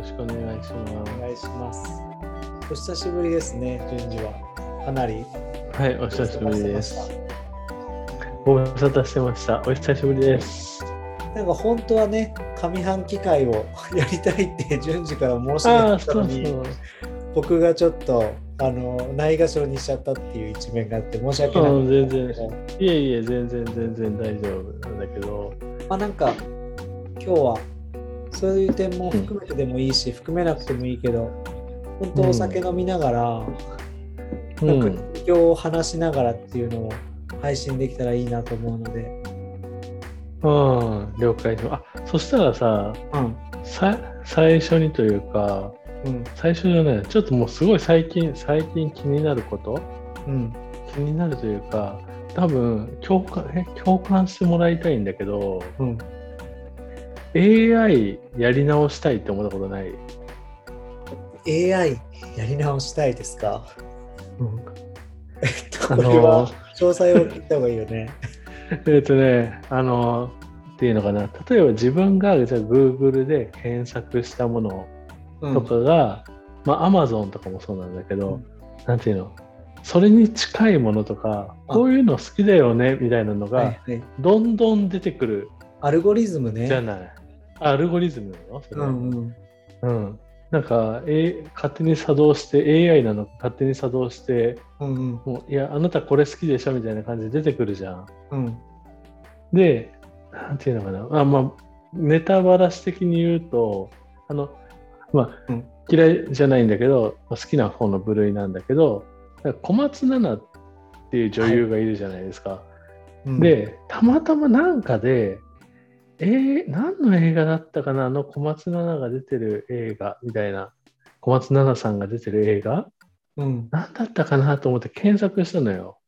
いしまお願いします。お久しぶりですね、順次は。かなりす。はい、おお久しぶりです。疲れ様しご無沙汰してました。お久しぶりです。たなんか本当はね、上半期会を やりたいって順次から申しあ上あ、げたそのうに、そう。僕がちょっとあのないがしろにしちゃったっていう一面があって申し訳ない。うん全然いえいえ、全然全然大丈夫なんだけど。まあなんか今日はそういう点も含めてでもいいし、含めなくてもいいけど、本当お酒飲みながら、うなんんか、今日を話しながらっていうのを配信できたらいいなと思うので、うん、了解しまあ、そしたらさ、うん、さ最初にというか、うん、最初じゃない、ちょっともうすごい最近、最近気になることうん、気になるというか、多分共感え共感してもらいたいんだけど、うん。 AI やり直したいって思ったことない AI やり直したいですか、えっと、あ これのは詳細を聞いた方がいいよね。えっとね、あの、っていうのかな、例えば自分がじゃあ Google で検索したものうんとかが、まあ Amazon とかもそうなんだけど、うんなんていうの、それに近いものとか、あこういうの好きだよねみたいなのはが、いはい、どんどん出てくるアルゴリズムね。じゃない。アルゴリズムなのそれうんうん、うんなんか、え勝手に作動して AI なのか勝手に作動してうんうんもういやあなたこれ好きでしょみたいな感じで出てくるじゃん。うんで、なんていうのかな、あまあ、ネタばらし的に言うと、あの、まあうん、嫌いじゃないんだけど、まあ好きな方の部類なんだけど、だから小松菜奈っていう女優がいるじゃないですか。うん、で、たまたまなんかで、えー何の映画だったかな、あの小松菜奈が出てる映画みたいな、小松菜奈さんが出てる映画、うん何だったかなと思って検索したのよ。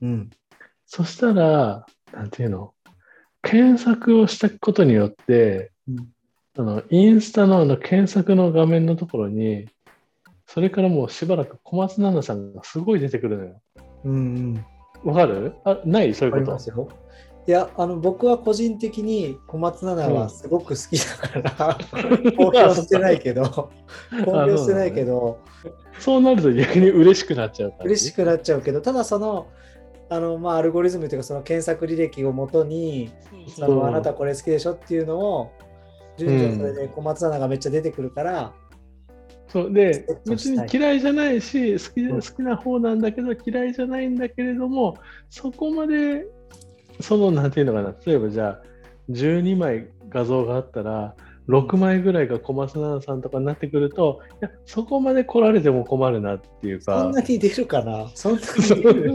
うんそしたら、なんていうの、検索をしたことによって、うんあのインスタのあの検索の画面のところに、それからもうしばらく小松菜奈さんがすごい出てくるのよ。うんうん、わかるあないそういわかうりこますよ。いや、あの、僕は個人的に小松菜奈はすごく好きだ から、公表してないけど、公表してないけど、と。そうなると逆に嬉しくなっちゃうから。嬉しくなっちゃうけど、ただその、あの、まあ、アルゴリズムというか、その検索履歴をもとに、そそうの、あなたこれ好きでしょっていうのを、順序それで小松菜奈がめっちゃ出てくるから、そうでセット別したいに嫌いじゃないし好きう好んきな方なんだけど嫌いじゃないんだけれどもそこまでそのなんていうのかな例えばじゃあ12枚画像があったら6枚ぐらいが小松菜奈さんとかになってくるといやそこまで来られても困るなっていうそんかなに出るかなそんなに出る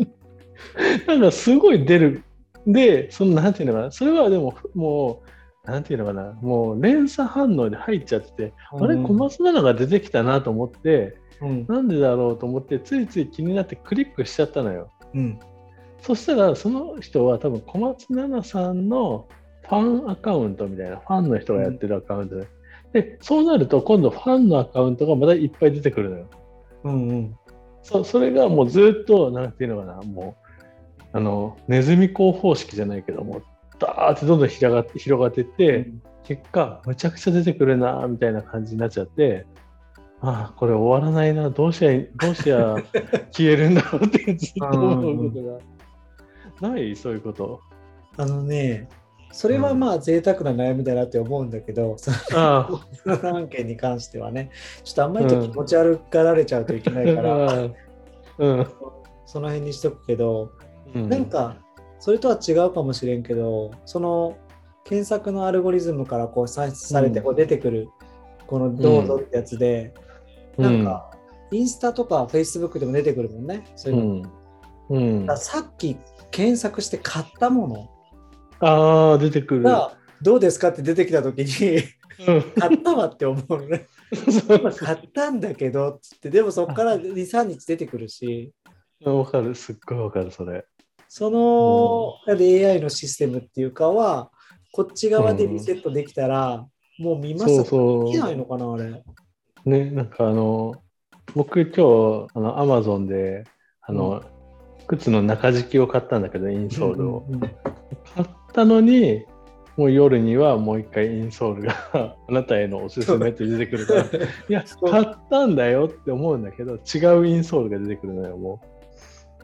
なんかすごい出るでそのなんていうのかなそれはでももうなんていうのかなもう連鎖反応で入っちゃってて、あれ小松菜奈が出てきたなと思って。うんなんでだろうと思ってついつい気になってクリックしちゃったのようん。そしたらその人は多分小松菜奈さんのファンアカウントみたいなファンの人がやってるアカウントで,、でそうなると今度ファンのアカウントがまたいっぱい出てくるのようんうん。そそれがもうずっとなんていうのかなもうあのネズミ講方式じゃないけどもダーってどんどん広がって広がってって、結果むちゃくちゃ出てくるなみたいな感じになっちゃってああこれ終わらないなどうしやどうし や消えるんだろうってずっと思うことがないそういうことあのね、それはまあ贅沢な悩みだなって思うんだけど、そのああ案件に関してはね、ちょっとあんまりと気持ち悪がられちゃうといけないから、うんその辺にしとくけど、うんなんか、それとは違うかもしれんけど、その検索のアルゴリズムからこう算出されてうんこう出てくる、このどうぞってやつで、なんか、インスタとかフェイスブックでも出てくるもんね、そうういうの。ん、うんだからさっき検索して買ったもああ出てくのる、が、どうですかって出てきたとき に、うん、買ったわって思うのね。そう 買ったんだけどっつってでもそこから23日出てくるしわかるすっごいわかるそれその、AI のシステムっていうかはこっち側でリセットできたら、もう見ますそうそうできないのかなあれね、なんかあの、僕今日、あの、アマゾンで、あの、 靴の中敷きを買ったんだけど、インソールを。うんうん買ったのに、もう夜にはもう一回インソールが あなたへのおすすめって出てくるから、いや、そう買ったんだよって思うんだけど、違うインソールが出てくるのよ、も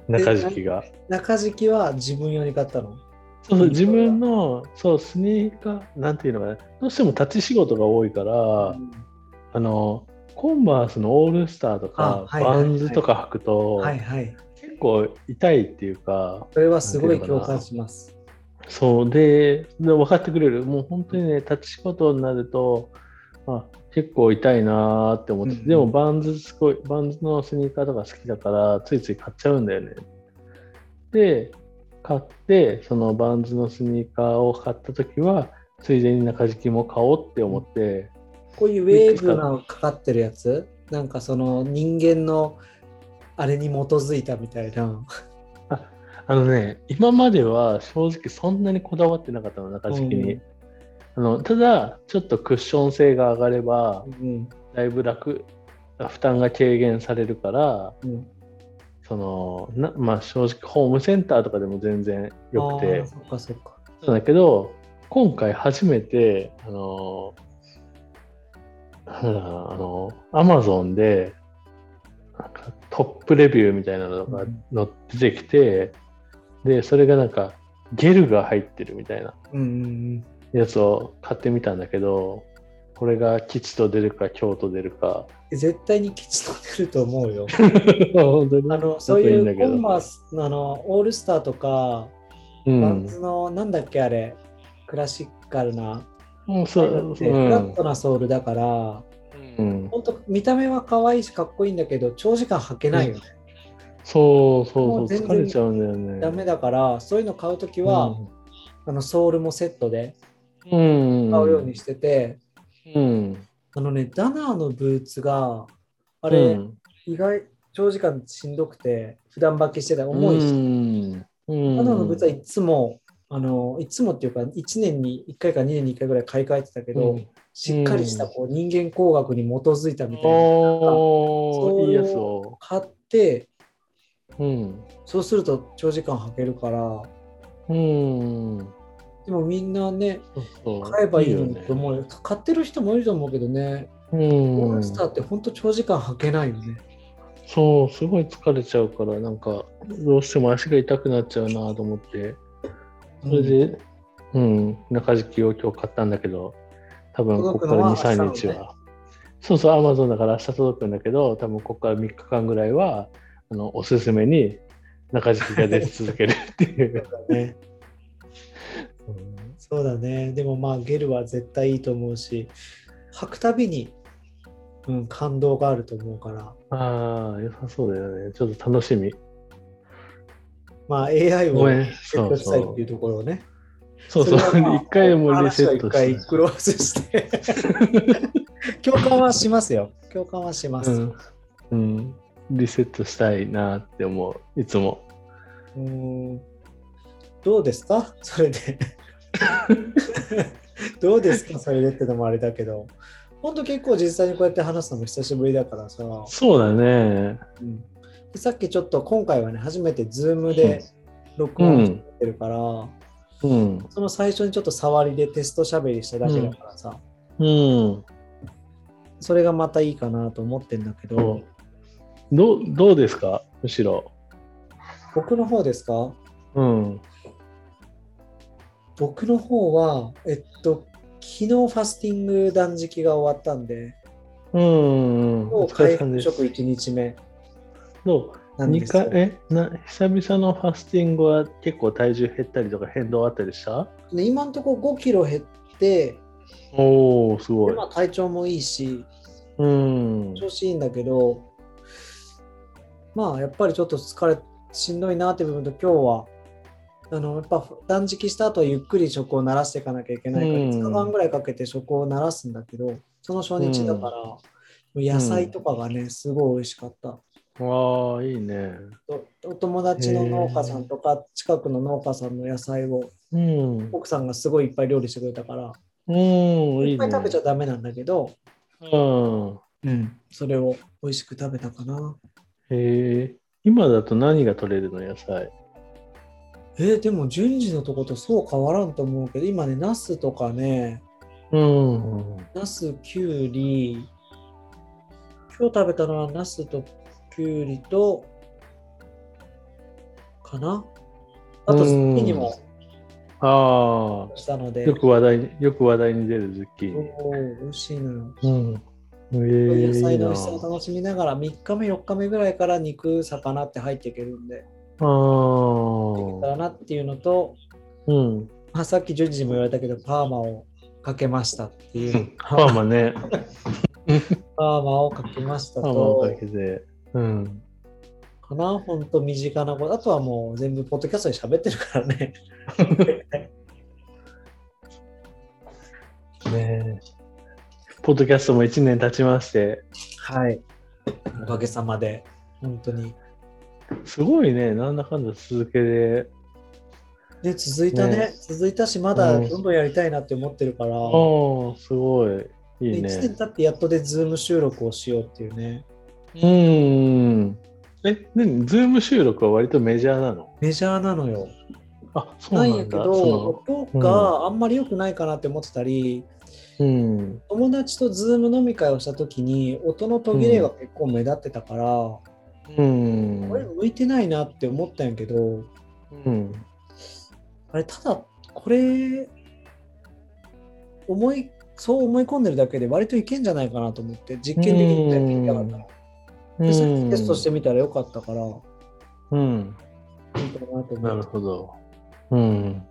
う。え中敷きが。中敷きは自分用に買ったのそうそう、インソ自ールが分の、そう、スニーカー、なんていうのかな、どうしても立ち仕事が多いからう、んあの、コンバースのオールスターとか、あはいはバいンズとか履くと、はいはい。結構痛いっていうか、それはすごい共感します。そうでで分かってくれるもう本当にね立ち仕事になるとあ結構痛いなーって思って、うんうんでもバンズすごいバンズのスニーカーとか好きだからついつい買っちゃうんだよねで買ってそのバンズのスニーカーを買った時はついでに中敷きも買おうって思って、こういうウェーブのかかってるやつ、なんかその人間のあれに基づいたみたいな。あのね今までは正直そんなにこだわってなかったの中敷きに、うんあのただちょっとクッション性が上がれば、うんだいぶ楽負担が軽減されるからうん、そのな、まあ、正直ホームセンターとかでも全然よくあてーそっかそっか。そうだけど今回初めてあのなんだかなあのアマゾンでなんかトップレビューみたいなのがうんの出てきて、でそれがなんかゲルが入ってるみたいなうんうんやつを買ってみたんだけどこれが吉と出るか京と出るかうん、絶対に吉と出ると思うよ。本当にあのそうだいうけどコンバースのあのオールスターとか、うバんンズのなんだっけあれ、クラシカルな、うん、そう、でフラットなソールだから、うん、本当見た目は可愛いしかっこいいんだけど、長時間履けないよね。そうそうそう、もう全然疲れちゃうんだよね。ダメだから、そういうの買うときは、あのソールもセットでうん、うん、買うようにしてて、うん、あのね、ダナーのブーツが、ああれ、うん、意外、長時間しんどくて、普段履きしてたら重いし、うん、うん、ダナーのブーツはいつも、あのいつもっていうか、1年に1回か2年に1回ぐらい買い替えてたけど、うんしっかりしたこう人間工学に基づいたみたいな、おそうー、いいやつを。買って、うん、そうすると長時間履けるから、うん、でもみんなね、そうそう買えばいいのによねと思うよ。買ってる人もいると思うけどね、オーうルん、スターって本当長時間履けないよね。そう、すごい疲れちゃうから、なんか、どうしても足が痛くなっちゃうなと思って、それで、うん、中敷きを今日買ったんだけど、多分ここから2、届くの3は明日日なのねは。そうそう、アマゾンだから明日届くんだけど、多分ここから3日間ぐらいは、あのおすすめに中敷きが出続けるっていう。うんねそうだね。でもまあゲルは絶対いいと思うし、履くたびに、うん、感動があると思うから、ああ、良さそうだよね。ちょっと楽しみ。まあ AI ごをめん、セそットうしたいそっていうう。ところをね。そうそう、れはまあ一回もリセットし話は一回クローズして。 共感はしますよ。共感はしまた、す。うんうん。リセットしたいなって思う、いつも。うーんどうですかそれで。 どうですかそれでってのもあれだけど。本当結構実際にこうやって話すのも久しぶりだからさ。そうだね。うんでさっきちょっと今回はね、初めて Zoom で録う音しん。てるから、うん。その最初にちょっと触りでテスト喋りしただけだからさ、うん。それがまたいいかなと思ってんだけど、うんどうどうですかむしろ。僕の方ですかうん。僕の方は、えっと、昨日ファスティング断食が終わったんで、うん。今お日疲れ回さん復です。食1日目どうなんで二すよ回えな久々のファスティングは結構体重減ったりとか変動あったりしたで今のところ5キロ減って、おおすごいま。あ、体調もいいし、うん。調子いいんだけど、まあやっぱりちょっと疲れ、しんどいなって部分と、今日は、あのやっぱ断食した後はゆっくり食を慣らしていかなきゃいけないから、うん5日間ぐらいかけて食を慣らすんだけど、その初日だから、野菜とかがね、すごい美味しかった。ああいいね。おお友達の農家さんとか、近くの農家さんの野菜をうん。う奥さんがすごいいっぱい料理してくれたから、ん。いいいっぱねい。食べちゃダメなんだけど、うん。うん、それを美味しく食べたかな。へえ。今だと何が取れるの野菜えーでも順次のとことそう変わらんと思うけど、今ね、ナスとかね、うん。ナス、キュウリ、今日食べたのはナスとキュウリと、かなあと、うんズッキーニもあしたのあ、でよ、く話題に、よく話題に出るズッキーニ。おー美味しいのよ。うん。え野ー、い菜いの美な味しさを楽しみながら、3日目、4日目ぐらいから肉、魚って入っていけるんで、あいけたあ。らなっていうのと、うん。まあ、さっきジュンジも言われたけど、パーマをかけましたって いう。パーマね。パーマをかけましたパーマをとか、けて。うん。かな、ほんと身近なこと。あとはもう全部ポッドキャストで喋ってるか らね。ねえポッドキャストも1年経ちまして、はい。おかげさまで、本当に。すごいね、なんだかんだ続けて。ね、続いたねね続いたし、まだうんどんどんやりたいなって思ってるから、ああ、すごい。いい1年ね。経ってやっとで、ズーム収録をしようっていうね。うん。え、何ズーム収録は割とメジャーなのメジャーなのよ。あ、そうななんんだ。やけそど、音があんまり良くないかなって思ってたり、のうん。友達とズーム飲み会をした時に、音の途切れが結構目立ってたから、うん。これ向いてないなって思ったんやけど、うん。あれ、ただ、これ、思い、そう思い込んでるだけで割といけんじゃないかなと思って、実験できるみたいなやってみたかったうでんさっきテストしてみたらよかったから、いいうん。かなとな思るって。ほど。うん。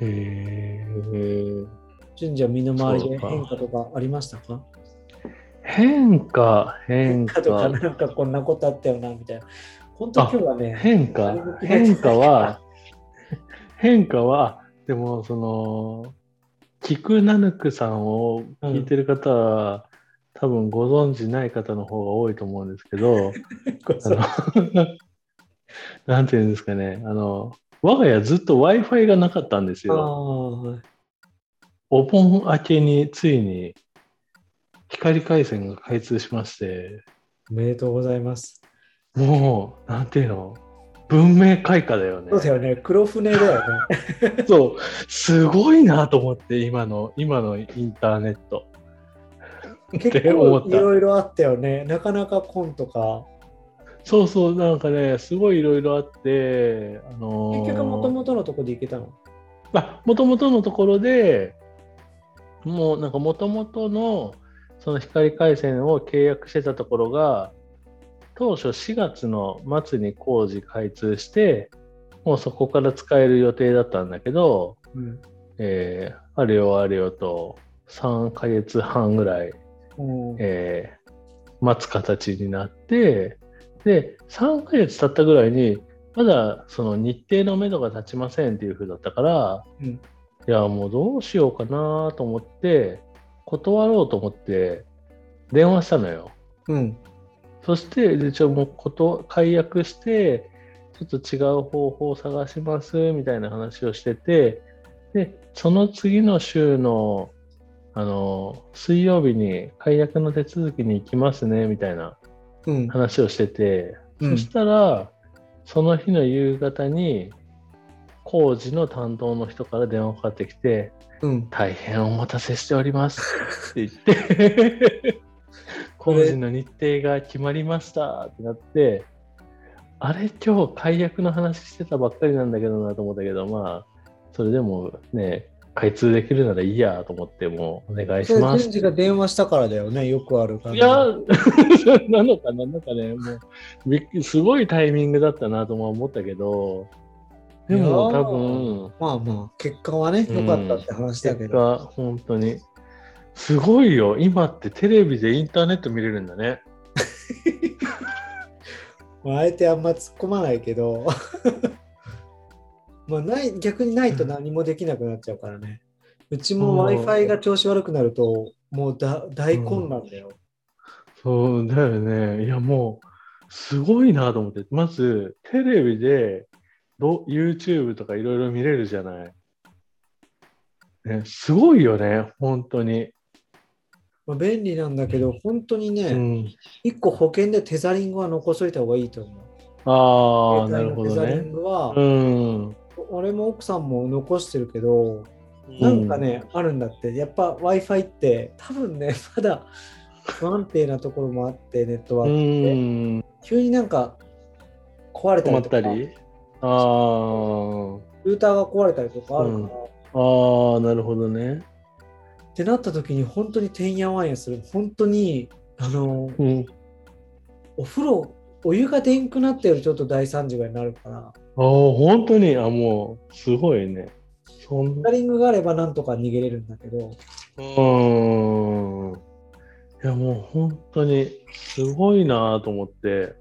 へえ。順次は身の回りでそうか変化とかありましたか変化、変変化化。とか、なんかこんなことあったよな、みたいな。本当今日はね、変化変化は変化はでもその菊ナヌクさんを聞いてる方は、多分ご存知ない方の方が多いと思うんですけどこあ そのなんていうんですかねあの我が家ずっと w i f i がなかったんですよ。あお盆明けについに光回線が開通しましてーおめでとうございます。もうなんていうの文明開化だよね。そうだよね、黒船だよ ね。そう、すごいなと思って、今の、今のインターネット。結思っ構たいろいろあったよね。なかなかコンとか。そうそう、なんかね、すごいいろいろあって、あのー結局、もともとのとこで行けたの。あ元々のところでもうなんか元々のその光回線を契約してたところが当初4月の末に工事開通してもうそこから使える予定だったんだけど、うんえーあれよあれよと3ヶ月半ぐらいうんえー待つ形になってで3ヶ月経ったぐらいにまだその日程の目処が立ちませんっていう風だったから、うんいやもうどうしようかなと思って断ろうと思って電話したのよ。うん。そして、でちょもうこと解約して、ちょっと違う方法を探しますみたいな話をしてて、で、その次の週の、あの、水曜日に解約の手続きに行きますねみたいなうん。話をしてて、うん そしたら、その日の夕方に、工事の担当の人から電話かかってきて、うん。大変お待たせしておりますって言って、 工事の日程が決まりましたってなって、あれ、今日解約の話してたばっかりなんだけどなと思ったけど、まあ、それでもね、開通できるならいいやと思って、もうお願いしそれ、ま順す。次が電話したからだよね、よくあるから。いや、 なのかな、なんかね、もうびっくり、すごいタイミングだったなとも思ったけど、でいやもー多分、まあまあ、結果はね、良かったって話だけ結ど。果、本当に。すごいよ、今ってテレビでインターネット見れるんだね。まあ、あえてあんま突っ込まないけど。 まあない逆にないと何もできなくなっちゃうからね。うちも w i うん f i が調子悪くなると、もうだ大混乱だよ。そうだよね。いや、もう、すごいなと思って、まず、テレビで、ど YouTube とかいろいろ見れるじゃない。ね、すごいよね、本当に。まあ、便利なんだけど、本当にうね、ん、一個保険でテザリングは残しといた方がいいと思う。ああ、なる携ほ帯のテどザリねン。グは、うん。俺も奥さんも残してるけど、うなんんかね、あるんだって、やっぱ Wi-Fi って、多分ね、 まだ不安定なところもあって、ネットワうーク、ん。急になんか壊れた困りっとか、たりああ。ルーターが壊れたりとかあるから、うんっああ、なるほどね。てなった時に、本当にてんやわんやする、本当に、あの、うん。お風呂、お湯がでんくなってよりちょっと大惨事ぐらいになるから、ああ、本当に、あ、もう、すごいね。そんテな。ザリングがあればなんとか逃げれるんだけど、うん。いや、もう本当に、すごいなと思って。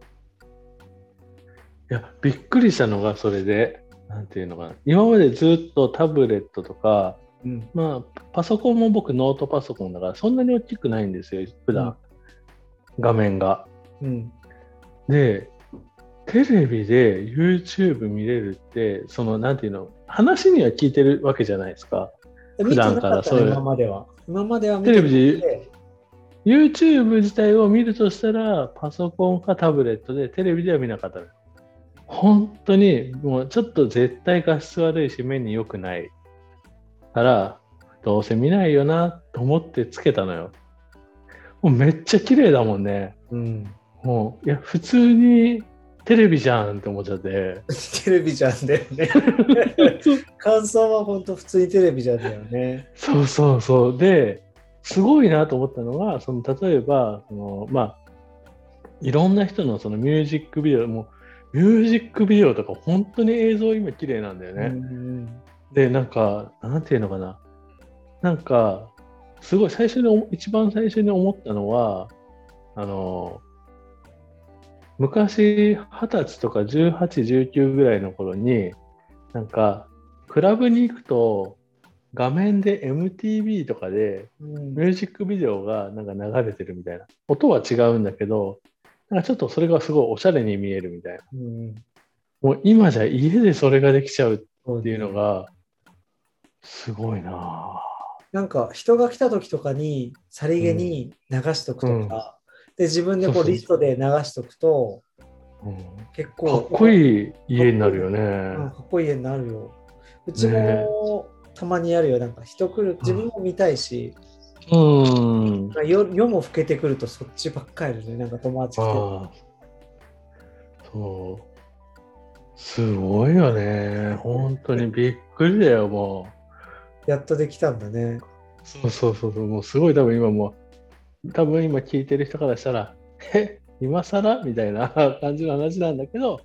いや、びっくりしたのが、それで、なんていうのかな。今までずっとタブレットとか、うん、まあ、パソコンも僕、ノートパソコンだから、そんなに大きくないんですよ、普段、画面が。うん、で、テレビで YouTube 見れるって、その、なんていうの、話には聞いてるわけじゃないですか。普段からそういう見てなったね今までは。今までは見テレビでて YouTube 自体を見るとしたら、パソコンかタブレットで、テレビでは見なかったの本当に、もうちょっと絶対画質悪いし、目に良くないから、どうせ見ないよなと思ってつけたのよ。もうめっちゃ綺麗だもんね。うん、もう、いや、普通にテレビじゃんって思っちゃって。テレビじゃんだよ ね。感想は本当普通にテレビじゃんだよね。そうそうそう。で、すごいなと思ったのが、その例えば、そのまあ、いろんな人のそのミュージックビデオも、ミュージックビデオとか本当に映像今綺麗なんだようね。んで、なんか、なんていうのかな。なんか、すごい最初に思、一番最初に思ったのは、あの、昔、二十歳とか18、19ぐらいの頃に、なんか、クラブに行くと、画面で MTV とかでうんミュージックビデオがなんか流れてるみたいな。音は違うんだけど、なんかちょっとそれがすごいおしゃれに見えるみたいな。うんもう今じゃ家でそれができちゃうっていうのが、すごいななんか人が来た時とかにさりげに流しとくとか、うんで自分でこそううそうリストで流しとくとぁ、うん結構かっこい、いい家になるよね。うんかっこいい絵になるよ。うちも、ねたまにやるよ。なんか人来る、自分も見たいし、うん。なんか夜夜も更けてくるとそっちばっかりやるね。なんか友達来て。ああ。そう。すごいよね。本当にびっくりだよ、もう。やっとできたんだね。そうそうそうそう、もうすごい多分今もう、多分今聞いてる人からしたら、え今更みたいな感じの話なんだけど、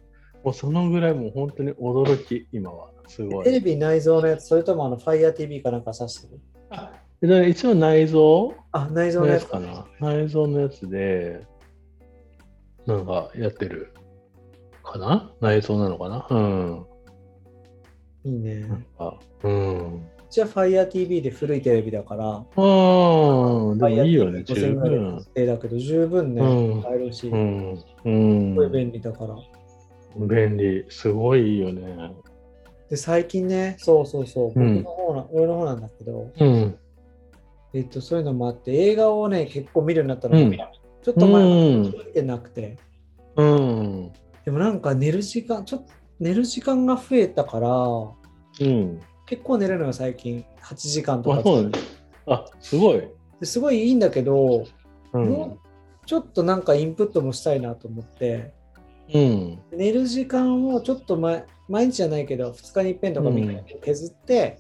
もうそのぐらいもう本当に驚き、今は。すごテレい。ビ内蔵のやつ、それともあの FireTV かなんかさしてるで一応内蔵あ、内蔵ののややつつかな。内蔵のやつで、なんかやってる。かな内蔵なのかなうん。いいね。なんか、うん。うちは FireTV で古いテレビだから、うん。でもいいよね、十 FireTV5000 円ぐらいの分。設定だけど、十分ね、うん買えるし、うすん。うんごい便利だから。便利すごいいいよねで、最近ね、そうそうそう、僕うんの方な、俺の方なんだけど、うんえっと、そういうのもあって、映画をね、結構見るようになったうの、んちょっと前はうん見てなくて、うんでもなんか寝る時間、ちょっと寝る時間が増えたから、うん結構寝れるのよ、最近。8時間とあか。そうなんあすごい、ですごいいいんだけど、うんちょっとなんかインプットもしたいなと思って、うん、寝る時間をちょっと前毎日じゃないけど、2日に一遍とか3日に一遍削って、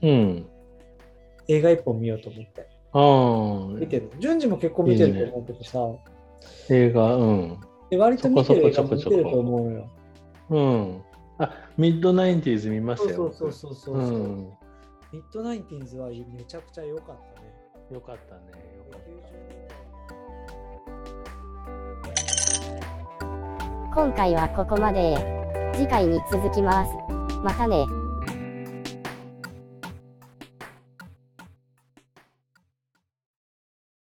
うん、映画1本見ようと思って。あ見あてる。順次も結構見てると思うけどさ、映画うんで割と見てる映ち画ょもこ見ちょてこると思うよ。うんあミッドナインティーズ見ましそたうよそうそうそうそう。うん、ミッドナインティーンズはめちゃくちゃ良かったね。よかったねよかった今回はここまで次回に続きます。またね。